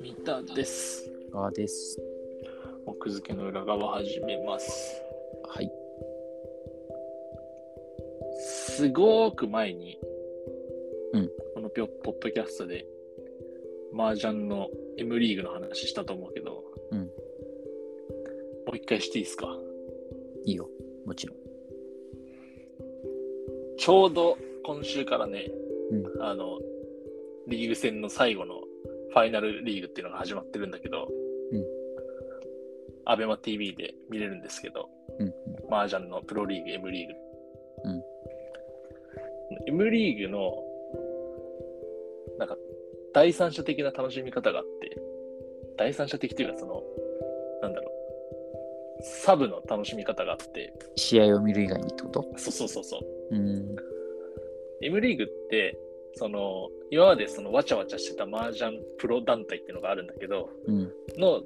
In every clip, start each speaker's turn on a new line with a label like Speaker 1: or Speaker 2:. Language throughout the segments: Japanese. Speaker 1: 三田です。
Speaker 2: あです。
Speaker 1: 奥付けの裏側始めます。
Speaker 2: はい。
Speaker 1: すごーく前に、
Speaker 2: うん
Speaker 1: このピョポッドキャストで、麻雀の M リーグの話したと思うけど、
Speaker 2: うん
Speaker 1: もう一回していいですか
Speaker 2: いいよ。もちろん。
Speaker 1: ちょうど今週からね、
Speaker 2: う
Speaker 1: あの、リーグ戦の最後のファイナルリーグっていうのが始まってるんだけど、
Speaker 2: うん
Speaker 1: アベマ TV で見れるんですけど、
Speaker 2: うん。
Speaker 1: 麻雀のプロリーグ、M リーグ。
Speaker 2: うん。
Speaker 1: M リーグの、なんか、第三者的な楽しみ方があって、第三者的というか、その、なんだろう、サブの楽しみ方があって、
Speaker 2: 試合を見る以外にってこと
Speaker 1: そうそうそうそう。
Speaker 2: うん。
Speaker 1: M リーグって、その、今までそのわちゃわちゃしてた麻雀プロ団体っていうのがあるんだけど、
Speaker 2: うん。
Speaker 1: の、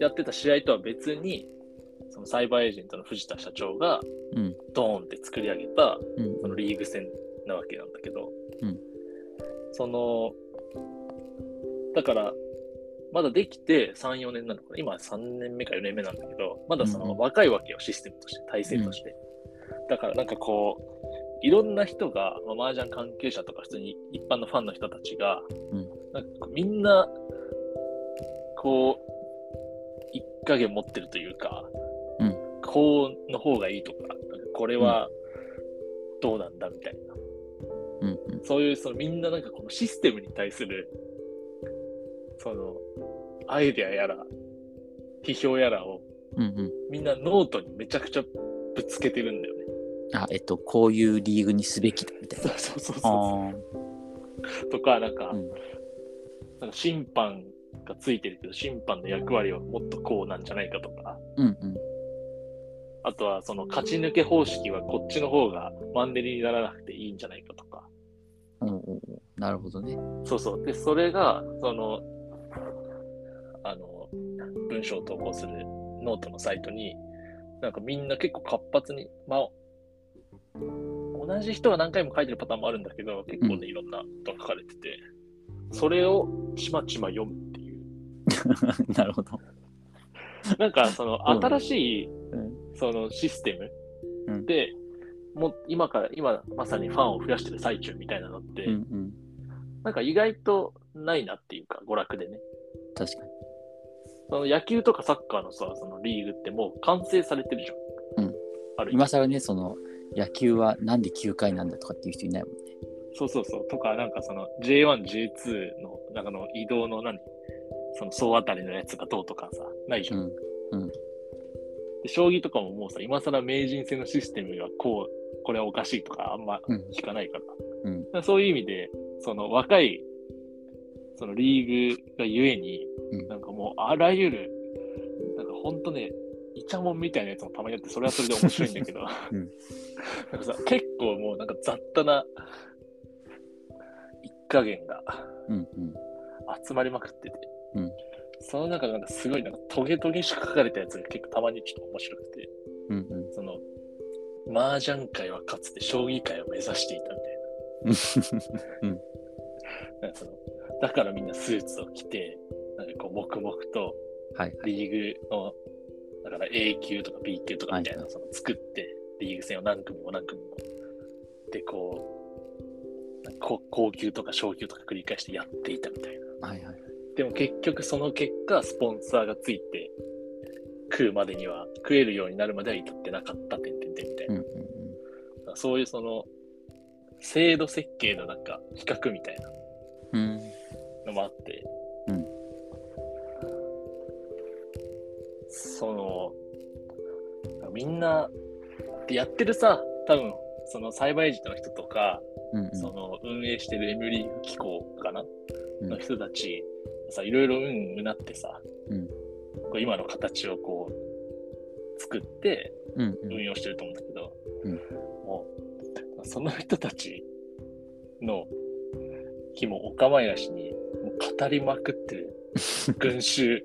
Speaker 1: やってた試合とは別に、そのサイバーエージェントの藤田社長が、
Speaker 2: うん。
Speaker 1: ドーンって作り上げた、
Speaker 2: うん。
Speaker 1: そのリーグ戦なわけなんだけど、
Speaker 2: うん
Speaker 1: その、だから、まだできて3、4年なのかな、今3年目か4年目なんだけど、まだそ
Speaker 2: うん
Speaker 1: の
Speaker 2: うん
Speaker 1: 若いわけよ、システムとして、体制として。だからなんかこう、いろんな人が、まあ、麻雀関係者とか、普通に一般のファンの人たちが、
Speaker 2: うん
Speaker 1: なんかこうみんな、こう、一加減持ってるというか、
Speaker 2: うん
Speaker 1: こうの方がいいとか、なんかこれはどうなんだみたいな、
Speaker 2: うん。
Speaker 1: そういうそのみんななんかこのシステムに対する、その、アイデアやら、批評やらを
Speaker 2: うん。うん。
Speaker 1: みんなノートにめちゃくちゃぶつけてるんだよね。
Speaker 2: あ、えっと、こういうリーグにすべきだみたい
Speaker 1: そ
Speaker 2: な。
Speaker 1: うそうそう
Speaker 2: あ
Speaker 1: そ
Speaker 2: ー
Speaker 1: う。とか、なんか、
Speaker 2: うん
Speaker 1: なんか審判がついてるけど、審判の役割はもっとこうなんじゃないかとか、
Speaker 2: うんうん。
Speaker 1: あとはその勝ち抜け方式はこっちの方がマンネリにならなくていいんじゃないかとか。
Speaker 2: うんうんうん。なるほどね。
Speaker 1: そうそう。で、それが、その、あの、文章を投稿するノートのサイトに、なんかみんな結構活発に、まあ、同じ人が何回も書いてるパターンもあるんだけど、結構
Speaker 2: う
Speaker 1: ね、いろんなことが書かれてて、それをちまちま読むっていう。
Speaker 2: なるほど。
Speaker 1: なんか、その、
Speaker 2: うん
Speaker 1: 新しい、
Speaker 2: うん
Speaker 1: そのシステ
Speaker 2: う
Speaker 1: ム
Speaker 2: ん
Speaker 1: で、もう今から、今まさにファンを増やしてる最中みたいなのって、
Speaker 2: うんうん。
Speaker 1: なんか意外とないなっていうか、娯楽でね。
Speaker 2: 確かに。
Speaker 1: その野球とかサッカーのさ、そのリーグってもう完成されてるじゃん。
Speaker 2: うん。
Speaker 1: ある意味
Speaker 2: 今更ね、その、野球はなんで9回なんだとかっていう人いないもんね。
Speaker 1: そうそうそう。とか、なんかその J1、J2 の中の移動の何その総当たりのやつがどうとかさ、ないじゃん。
Speaker 2: うん。
Speaker 1: で将棋とかももうさ、今更名人戦のシステムがこう、これはおかしいとかあんま
Speaker 2: うん。
Speaker 1: 聞かないから。
Speaker 2: うん
Speaker 1: だからそういう意味で、その若い、そのリーグがゆえに、
Speaker 2: うん
Speaker 1: なんかもうあらゆる、なんかほんとね、イチャモンみたいなやつもたまにあって、それはそれで面白いんだけど、
Speaker 2: うん
Speaker 1: なんかさ、結構もうなんか雑多な、一加減が
Speaker 2: うんうん。
Speaker 1: 集まりまくってて、
Speaker 2: うん
Speaker 1: その中でなんかすごいなんかトゲトゲしく書かれたやつが結構たまにちょっと面白くて、
Speaker 2: うんうん。
Speaker 1: その、麻雀界はかつて将棋界を目指していたみたいな。なんかそのだからみんなスーツを着て、なんかこう、黙々と
Speaker 2: はい。
Speaker 1: リーグの、だから A 級とか B 級とかみたい
Speaker 2: はい
Speaker 1: な、
Speaker 2: は
Speaker 1: その作って、リーグ戦を何組も何組も。で、こう、なんかこう高級とか昇級とか繰り返してやっていたみたいな。
Speaker 2: はいはい。
Speaker 1: でも結局その結果、スポンサーがついて、食うまでには、食えるようになるまでは至ってなかった、てんてんてんみたい
Speaker 2: うん
Speaker 1: な。
Speaker 2: うんうん。
Speaker 1: そういうその、制度設計のなんか、比較みたいな。
Speaker 2: うん。
Speaker 1: のもあって、
Speaker 2: うん
Speaker 1: そのみんなでやってるさ多分その栽培人の人とか、
Speaker 2: うんうん。
Speaker 1: その運営してる M リーグ機構かな、
Speaker 2: うん
Speaker 1: の人たちさいろいろうんうなってさ、
Speaker 2: うん
Speaker 1: こう今の形をこう作って
Speaker 2: うんうん
Speaker 1: 運用してると思うんだけど、
Speaker 2: うん
Speaker 1: もうその人たちの日もお構いなしにもう語りまくって る群衆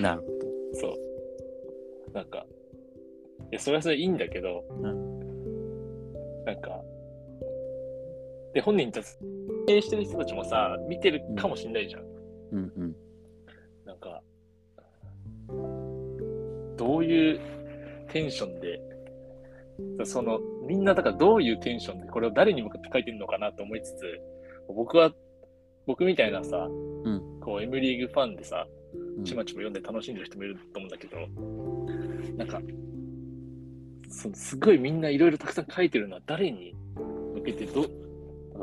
Speaker 2: なるほ
Speaker 1: そうなんかいや、それはそれいいんだけど、
Speaker 2: う
Speaker 1: なんか、で、本人たち、経営してる人たちもさ、見てるかもしんないじゃん。
Speaker 2: うんうん。
Speaker 1: なんか、どういうテンションで、その、みんなだからどういうテンションでこれを誰に向かって書いてるのかなと思いつつ、僕は、僕みたいなさ、
Speaker 2: ん
Speaker 1: こう M リーグファンでさ、
Speaker 2: うん
Speaker 1: ちまちま読んで楽しんでる人もいると思うんだけど、なんか、そのすごいみんないろいろたくさん書いてるのは誰に向けてど、なんか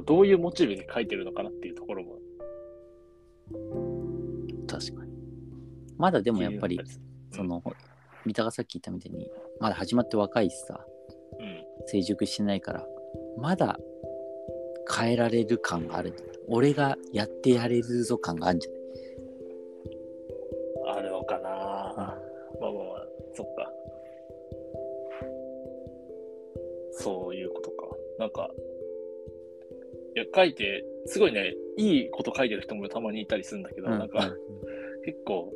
Speaker 1: どういうモチベで書いてるのかなっていうところも。
Speaker 2: 確かに。まだでもやっぱり
Speaker 1: 気にな、たする
Speaker 2: その、三田がさっき言ったみたいに、まだ始まって若いしさ、
Speaker 1: うん。
Speaker 2: 成熟してないから、まだ変えられる感があるんじゃない。俺がやってやれるぞ感があるんじゃない。
Speaker 1: あるのかなまあまあまあ、そっか。そういうことか。なんか、いや、書いて、すごいね、いいこと書いてる人もたまにいたりするんだけど、
Speaker 2: うん
Speaker 1: なんか、結構、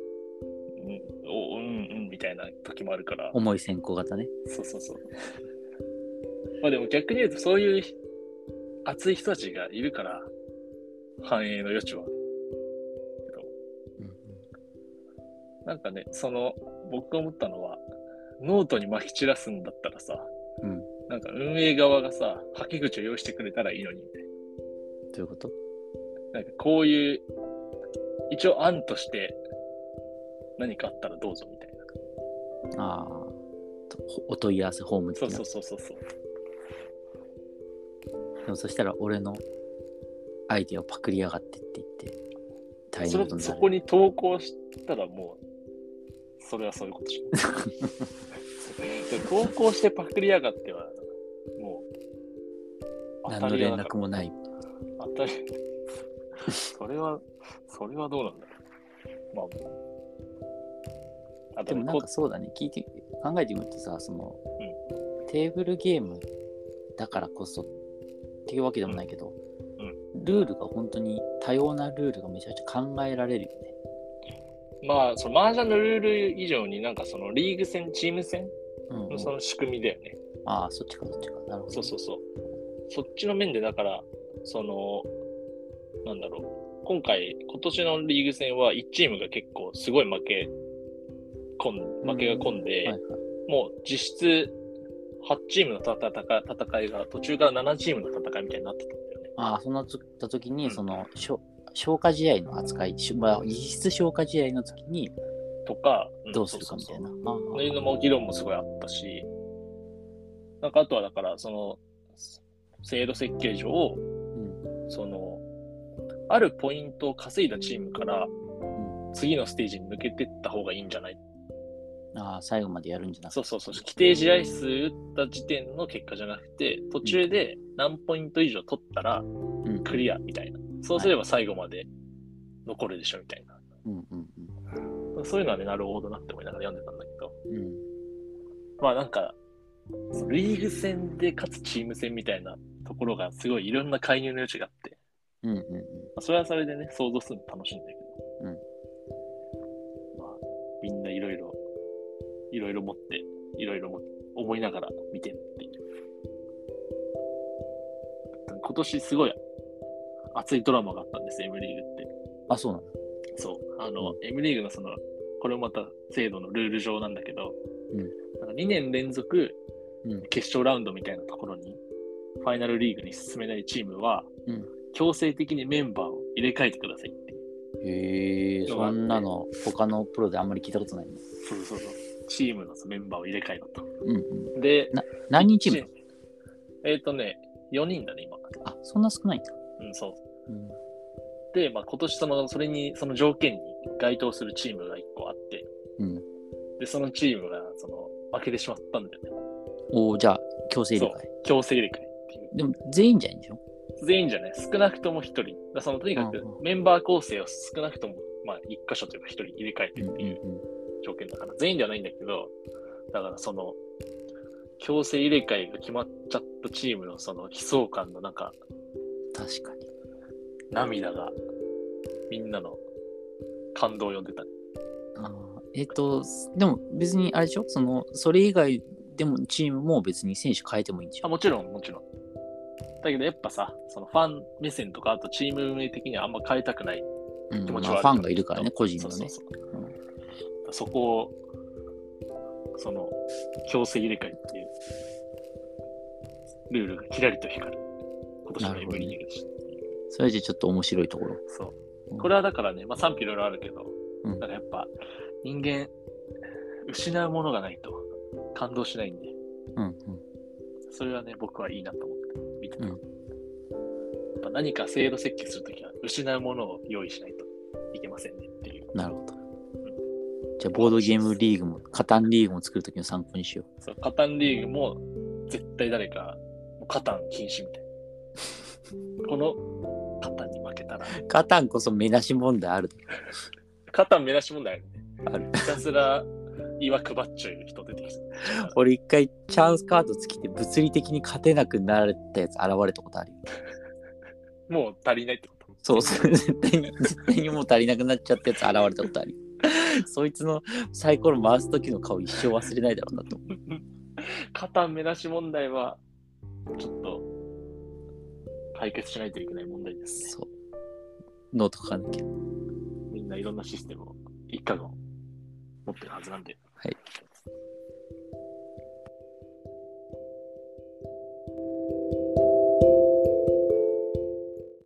Speaker 1: うん、おうん、うん、みたいな時もあるから、
Speaker 2: 重い先行型ね。
Speaker 1: そうそうそう。まあでも逆に言うと、そういう熱い人たちがいるから、繁栄の余地は。なんかね、その、僕が思ったのは、ノートに撒き散らすんだったらさ、
Speaker 2: うん
Speaker 1: なんか運営側がさ、吐き口を用意してくれたらいいのにみたい
Speaker 2: どういうこと
Speaker 1: な。なんかこういう、一応案として、何かあったらどうぞみたいな。
Speaker 2: ああ、とお問い合わせフォーム的
Speaker 1: そ
Speaker 2: な
Speaker 1: うそうそうそうそう。
Speaker 2: でもそしたら俺のアイディアをパクりやがってって言って大
Speaker 1: そ
Speaker 2: 変
Speaker 1: れ
Speaker 2: なことに
Speaker 1: そ
Speaker 2: なる
Speaker 1: こに投稿したらもう、それはそういうことじゃ ん投稿してパクリやがっては、もう、
Speaker 2: 何の連
Speaker 1: 屋だか
Speaker 2: 絡もない
Speaker 1: ら当たり、 それは、それはどうなんだろう。まあ、あ
Speaker 2: で
Speaker 1: と
Speaker 2: もなん
Speaker 1: こ
Speaker 2: かそうだね聞いて考えてみるとさその、テーブルゲームだからこそっていうわけでもないけど、ルールが本当に多様なルールがめちゃくちゃ考えられるよね
Speaker 1: まあ、その麻雀のルール以上になんかそのリーグ戦、チーム戦
Speaker 2: うんうん、
Speaker 1: のその仕組みだよね。
Speaker 2: ああそっちかそっちかなるほど
Speaker 1: そうそうそう。そっちの面で、だから、その、なんだろう。今回、今年のリーグ戦は1チームが結構すごい負け、こん負けが込んで、
Speaker 2: はいはい
Speaker 1: もう実質8チームの戦い戦いが途中から7チームの戦いみたいになってたんだよね。
Speaker 2: ああそうなった時
Speaker 1: う
Speaker 2: に
Speaker 1: ん
Speaker 2: その、しょ消化試合の扱い、しまあ、実質消化試合の時に
Speaker 1: とか、ん
Speaker 2: どうするかみたいな。ああああ
Speaker 1: そういうのも議論もすごいあったし、なんかあとはだから、その、制度設計上、
Speaker 2: うん
Speaker 1: その、あるポイントを稼いだチームから、
Speaker 2: う
Speaker 1: 次のステージに抜けてった方がいいんじゃない
Speaker 2: ああ最後までやるんじゃなくて
Speaker 1: そうそうそう、規定試合数打った時点の結果じゃなくて、途中で何ポイント以上取ったら
Speaker 2: うん
Speaker 1: クリアみたいな。そうすれば最後まで残るでしょみたいな。
Speaker 2: うんうん
Speaker 1: そういうのはね、なるほどなって思いながら読んでたんだけど。
Speaker 2: うんうん
Speaker 1: まあなんか、そのリーグ戦で勝つチーム戦みたいなところがすごいいろんな介入の余地があって、
Speaker 2: うんうんうん
Speaker 1: まあそれはそれでね、想像するの楽しいんだけど。
Speaker 2: うん
Speaker 1: まあ、みんないろいろ、いろいろ持って、いろいろも思いながら見てるっていう。今年すごい熱いドラマがあったんです、M リーグって。
Speaker 2: あそうなんだ
Speaker 1: そう、あの、M リーグのその、これもまた制度のルール上なんだけど、
Speaker 2: うん
Speaker 1: なんか2年連続
Speaker 2: うん
Speaker 1: 決勝ラウンドみたいなところに、ファイナルリーグに進めないチームは、
Speaker 2: うん
Speaker 1: 強制的にメンバーを入れ替えてくださいっていう。
Speaker 2: へえ
Speaker 1: のがあっ
Speaker 2: そ
Speaker 1: て
Speaker 2: んなの他のプロであんまり聞いたことないね
Speaker 1: そうそうそう。チームのメンバーを入れ替えろと。
Speaker 2: うんうん
Speaker 1: で、
Speaker 2: 何人チーム
Speaker 1: チえっ、とね、4人だね、今。
Speaker 2: あそんな少ないんだ
Speaker 1: うん、そう。
Speaker 2: うん
Speaker 1: で、まあ、今年その、それに、その条件に該当するチームが1個あって、
Speaker 2: うん
Speaker 1: で、そのチームが、その、負けてしまったんだよね。
Speaker 2: おーじゃあ強制入れ替え
Speaker 1: 強制入れ替えっていう。
Speaker 2: でも全員じゃいいんでしょ
Speaker 1: 全員じゃない、少なくとも1人。だからその、とにかく
Speaker 2: うんう
Speaker 1: メンバー構成を少なくとも、まあ、1箇所というか1人入れ替えて
Speaker 2: うんう
Speaker 1: っていうん条件だから、全員ではないんだけど、だからその、強制入れ替えが決まっちゃったチームのその悲壮感の中、
Speaker 2: 確かに
Speaker 1: 涙が、みんなの感動を呼んでた。
Speaker 2: あーえっ、とでも別にあれでしょそのそれ以外でもチームも別に選手変えてもいいんじゃ
Speaker 1: あ
Speaker 2: ん。
Speaker 1: もちろん、もちろん。だけどやっぱさ、そのファン目線とか、あとチーム運営的にはあんま変えたくない
Speaker 2: うん
Speaker 1: 気持ちは
Speaker 2: まあ、
Speaker 1: ある
Speaker 2: ファンがいるからね、個人
Speaker 1: そう
Speaker 2: の
Speaker 1: そ
Speaker 2: ね
Speaker 1: う。そうそこを、その、強制入れ替えっていう、ルールがキラリと光る。今年の
Speaker 2: なるほどね
Speaker 1: MVP でした。
Speaker 2: それじゃちょっと面白いところ。
Speaker 1: そうう。
Speaker 2: ん
Speaker 1: これはだからね、まあ賛否いろいろあるけど、
Speaker 2: うん
Speaker 1: なんかやっぱ人間、失うものがないと感動しないんで、
Speaker 2: うん
Speaker 1: それはね、僕はいいなと思って見てた。
Speaker 2: うん
Speaker 1: やっぱ何か制度設計するときは、失うものを用意しないといけませんねっていう。
Speaker 2: うん。なるほど。じゃあ、ボードゲームリーグも、カタンリーグも作るときの参考にしよ
Speaker 1: そうカタンリーグも絶対誰か、もうカタン禁止みたいな。このカタンに負けたら、
Speaker 2: う。カタンこそ目出し問題ある。
Speaker 1: カタン目指し問題あるね。
Speaker 2: ある
Speaker 1: ひたすら岩配っちゃう人出てきた。
Speaker 2: 俺一回チャンスカードつきて物理的に勝てなくなったやつ現れたことあるよ。
Speaker 1: もう足りないってこと
Speaker 2: そうそう、絶対に、絶対にもう足りなくなっちゃったやつ現れたことあるよ。 そいつのサイコロ回す時の顔一生忘れないだろうなと思う。
Speaker 1: カタン目出し問題は、ちょっと、解決しないといけない問題ですね。
Speaker 2: そう。ノート書かなきゃ。
Speaker 1: みんないろんなシステムを一家が持ってるはずなんで。
Speaker 2: はい。